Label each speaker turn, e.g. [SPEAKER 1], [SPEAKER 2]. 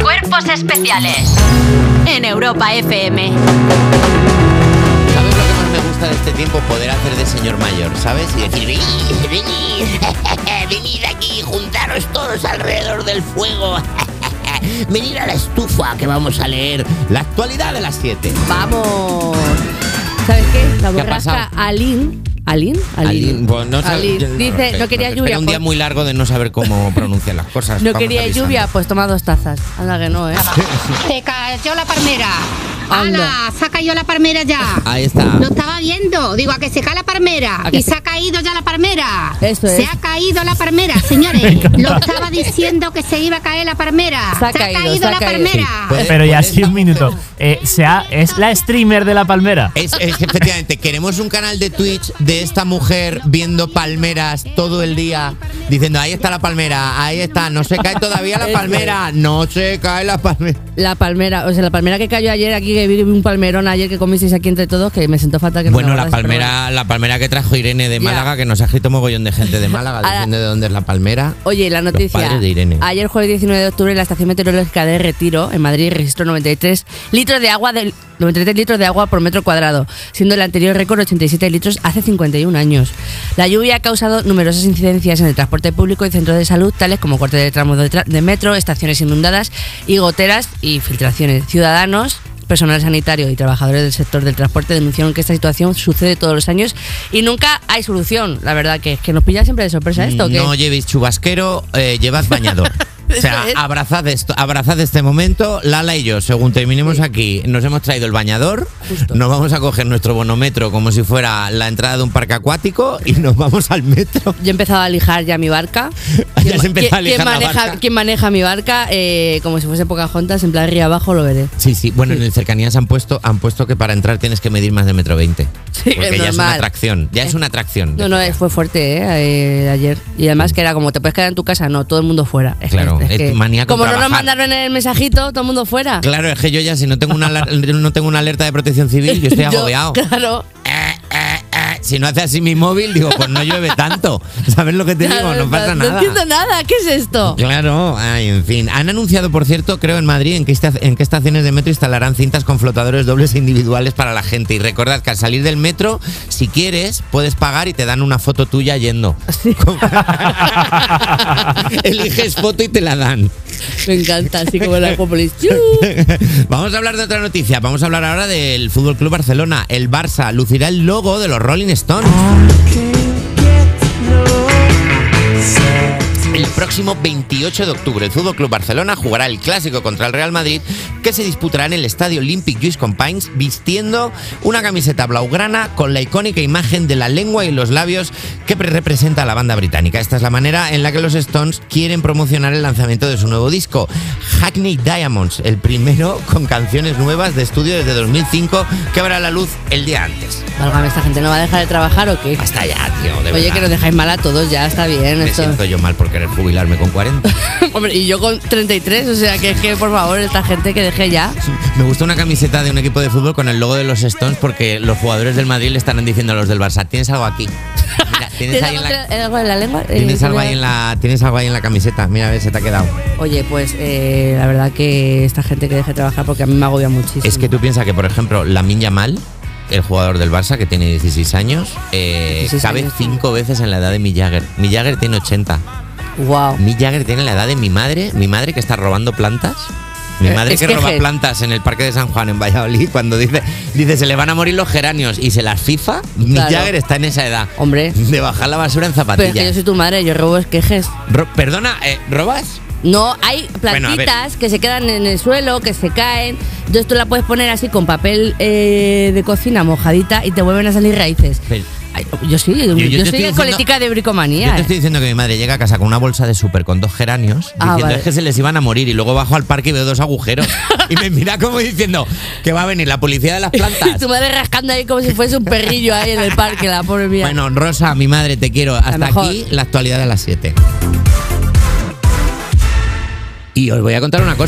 [SPEAKER 1] Cuerpos especiales en Europa FM.
[SPEAKER 2] ¿Sabes lo que más me gusta de este tiempo? Poder hacer de señor mayor, ¿sabes? Y decir, venid, venid, venid aquí, juntaros todos alrededor del fuego. Venid a la estufa que vamos a leer la actualidad de las 7.
[SPEAKER 3] Vamos. ¿Sabes qué? La
[SPEAKER 2] ¿Qué ha
[SPEAKER 3] borrasca
[SPEAKER 2] pasado?
[SPEAKER 3] Alin. ¿Alin?
[SPEAKER 2] Alín, pues no sab-
[SPEAKER 3] Alín.
[SPEAKER 2] yo-
[SPEAKER 3] Dice,
[SPEAKER 2] sé,
[SPEAKER 3] no quería
[SPEAKER 2] sé.
[SPEAKER 3] lluvia.
[SPEAKER 2] Era un día
[SPEAKER 3] pues-
[SPEAKER 2] muy largo de no saber cómo pronunciar las cosas.
[SPEAKER 3] no
[SPEAKER 2] Vamos Ah,
[SPEAKER 3] quería
[SPEAKER 2] avisando.
[SPEAKER 3] lluvia, pues toma dos tazas. Anda que no, ¿eh?
[SPEAKER 4] Se cayó la palmera.
[SPEAKER 3] Anda.
[SPEAKER 4] ¡Hala! Se ha caído la palmera ya.
[SPEAKER 2] Ahí está.
[SPEAKER 4] Lo estaba viendo. Digo, a que se cae la palmera.
[SPEAKER 3] A que
[SPEAKER 4] Y
[SPEAKER 3] se-
[SPEAKER 4] se ha caído ya la palmera.
[SPEAKER 3] Eso
[SPEAKER 4] se
[SPEAKER 3] es.
[SPEAKER 4] ha caído la palmera, señores. Lo estaba diciendo que se iba a caer la palmera.
[SPEAKER 3] Se ha caído, se ha
[SPEAKER 4] la
[SPEAKER 3] caído.
[SPEAKER 4] palmera.
[SPEAKER 2] Pues-
[SPEAKER 5] Pero ya sí, un minuto. Eh, sea, es la streamer de la palmera.
[SPEAKER 2] Es, es- efectivamente, queremos un canal de Twitch de esta mujer viendo palmeras todo el día, diciendo, ahí está la palmera, ahí está, no se cae todavía la palmera, no se cae la palmera.
[SPEAKER 3] La palmera, o sea, la palmera que cayó ayer aquí, que vi un palmerón ayer que comisteis aquí entre todos, que me sentó fatal que no
[SPEAKER 2] Bueno,
[SPEAKER 3] me
[SPEAKER 2] la
[SPEAKER 3] acordáis, pero bueno.
[SPEAKER 2] palmera, la palmera que trajo Irene de
[SPEAKER 3] Ya.
[SPEAKER 2] Málaga, que nos ha escrito mogollón de gente de Málaga
[SPEAKER 3] Ahora-
[SPEAKER 2] diciendo de dónde es la palmera.
[SPEAKER 3] Oye, la noticia.
[SPEAKER 2] padres de Irene.
[SPEAKER 3] Ayer jueves 19 de octubre la estación meteorológica de Retiro en Madrid registró 93 litros de agua del 93 litros de agua por metro cuadrado, siendo el anterior récord 87 litros hace 51 años. La lluvia ha causado numerosas incidencias en el transporte público y centros de salud, tales como corte de tramos de, tra- de metro, estaciones inundadas y goteras y filtraciones. Ciudadanos personal sanitario y trabajadores del sector del transporte denunciaron que esta situación sucede todos los años y nunca hay solución. La verdad que es que nos pilla siempre de sorpresa esto. ¿o qué?
[SPEAKER 2] No llevéis chubasquero, eh, llevad bañador. O sea,
[SPEAKER 3] Eso es.
[SPEAKER 2] abrazad, esto, abrazad este momento, Lala y yo, según terminemos aquí, nos hemos traído el bañador, nos vamos a coger nuestro bonometro como si fuera la entrada de un parque acuático y nos vamos al metro.
[SPEAKER 3] Yo he empezado a lijar ya mi barca.
[SPEAKER 2] Ya
[SPEAKER 3] ¿Quién
[SPEAKER 2] has
[SPEAKER 3] ma-
[SPEAKER 2] empezado a
[SPEAKER 3] quién-
[SPEAKER 2] lijar la
[SPEAKER 3] quién maneja,
[SPEAKER 2] barca?
[SPEAKER 3] quién maneja mi barca? Eh, como si fuese Pocahontas, en plan río abajo lo veré.
[SPEAKER 2] Sí, sí, bueno, en el cercanías han puesto, han puesto que para entrar tienes que medir más de metro veinte.
[SPEAKER 3] Sí,
[SPEAKER 2] porque
[SPEAKER 3] es
[SPEAKER 2] ya es una
[SPEAKER 3] normal.
[SPEAKER 2] atracción, ya es una atracción.
[SPEAKER 3] No, no, eh, fue fuerte, eh, eh, ayer. Y además que era como, te puedes quedar en tu casa. No, todo el mundo fuera. Es que-
[SPEAKER 2] Claro, es maníaco
[SPEAKER 3] Como no
[SPEAKER 2] trabajar.
[SPEAKER 3] nos mandaron el mensajito, todo el mundo fuera.
[SPEAKER 2] Claro, es que yo ya si no tengo una, alar- no tengo una alerta de protección civil, yo estoy
[SPEAKER 3] Yo,
[SPEAKER 2] agobiado.
[SPEAKER 3] claro.
[SPEAKER 2] eh, eh, eh. Si no hace así mi móvil, digo, pues no llueve tanto. ¿Sabes lo que te digo?
[SPEAKER 3] Claro,
[SPEAKER 2] No pasa
[SPEAKER 3] No
[SPEAKER 2] nada.
[SPEAKER 3] entiendo nada. ¿Qué es esto?
[SPEAKER 2] Claro, ay, en fin. Han anunciado, por cierto, creo en Madrid, en qué, esta- en qué estaciones de metro instalarán cintas con flotadores dobles individuales para la gente. Y recordad que al salir del metro, si quieres, puedes pagar y te dan una foto tuya yendo. Eliges foto y te la dan.
[SPEAKER 3] Me encanta, así como la Popolis.
[SPEAKER 2] Vamos a hablar de otra noticia. Vamos a hablar ahora del Fútbol Club Barcelona. El Barça lucirá el logo de los Rolling Stones. El próximo 28 de octubre, el Fútbol Club Barcelona jugará el clásico contra el Real Madrid, que se disputará en el Estadio Olympic Lluís Companys, vistiendo una camiseta blaugrana con la icónica imagen de la lengua y los labios que pre- representa a la banda británica. Esta es la manera en la que los Stones quieren promocionar el lanzamiento de su nuevo disco, Hackney Diamonds, el primero con canciones nuevas de estudio desde 2005 que verá la luz el día antes.
[SPEAKER 3] Válgame, esta gente no va a dejar de trabajar o qué.
[SPEAKER 2] Hasta ya, tío. De
[SPEAKER 3] Oye,
[SPEAKER 2] verdad.
[SPEAKER 3] que nos dejáis mal a todos ya, está bien.
[SPEAKER 2] Me
[SPEAKER 3] esto.
[SPEAKER 2] siento yo mal por querer jubilarme con 40.
[SPEAKER 3] Hombre, y yo con 33, o sea que es que por favor, esta gente que deje ya.
[SPEAKER 2] Me gusta una camiseta de un equipo de fútbol con el logo de los Stones porque los jugadores del Madrid le estarán diciendo a los del Barça, tienes algo aquí. Mira, tienes,
[SPEAKER 3] ¿Tienes
[SPEAKER 2] ahí en
[SPEAKER 3] algo,
[SPEAKER 2] la,
[SPEAKER 3] entre- algo en la lengua? Eh,
[SPEAKER 2] tienes algo ahí en la tienes algo ahí en la camiseta. Mira, a ver, se te ha quedado.
[SPEAKER 3] Oye, pues eh, la verdad que esta gente que deje trabajar porque a mí me agobia muchísimo.
[SPEAKER 2] Es que tú piensas que, por ejemplo, Lamin Yamal, el jugador del Barça que tiene 16 años, eh,
[SPEAKER 3] 16
[SPEAKER 2] cabe
[SPEAKER 3] años, sí.
[SPEAKER 2] cinco veces en la edad de Mick Jagger. Mick Jagger tiene 80.
[SPEAKER 3] Wow.
[SPEAKER 2] Mick Jagger tiene la edad de mi madre, mi madre que está robando plantas. Mi
[SPEAKER 3] Eh,
[SPEAKER 2] madre
[SPEAKER 3] es
[SPEAKER 2] que,
[SPEAKER 3] que
[SPEAKER 2] roba
[SPEAKER 3] je-
[SPEAKER 2] plantas en el Parque de San Juan, en Valladolid, cuando dice, dice se le van a morir los geranios y se las fifa, Mick
[SPEAKER 3] Claro.
[SPEAKER 2] Jagger está en esa edad.
[SPEAKER 3] Hombre.
[SPEAKER 2] De bajar la basura en
[SPEAKER 3] Pero es que yo
[SPEAKER 2] zapatillas.
[SPEAKER 3] soy tu madre, yo robo esquejes.
[SPEAKER 2] Ro- Perdona, eh, ¿robas?
[SPEAKER 3] No, hay
[SPEAKER 2] Bueno, a ver.
[SPEAKER 3] plantitas que se quedan en el suelo, que se caen. Entonces tú la puedes poner así con papel eh, de cocina mojadita y te vuelven a salir raíces.
[SPEAKER 2] Pero-
[SPEAKER 3] Ay, yo sí, yo,
[SPEAKER 2] yo te
[SPEAKER 3] soy
[SPEAKER 2] estoy diciendo-
[SPEAKER 3] coletica de
[SPEAKER 2] Yo
[SPEAKER 3] bricomanía.
[SPEAKER 2] te
[SPEAKER 3] eh.
[SPEAKER 2] estoy diciendo que mi madre llega a casa con una bolsa de súper con dos geranios
[SPEAKER 3] Ah,
[SPEAKER 2] diciendo
[SPEAKER 3] vale.
[SPEAKER 2] es que se les iban a morir y luego bajo al parque y veo dos agujeros y me mira como diciendo que va a venir la policía de las plantas.
[SPEAKER 3] ¿eh? tu madre rascando ahí como si fuese un perrillo ahí en el parque, la pobre mía.
[SPEAKER 2] Bueno, Rosa, mi madre, te quiero. Hasta
[SPEAKER 3] mejor.
[SPEAKER 2] aquí la actualidad de las 7. Y os voy a contar una cosa.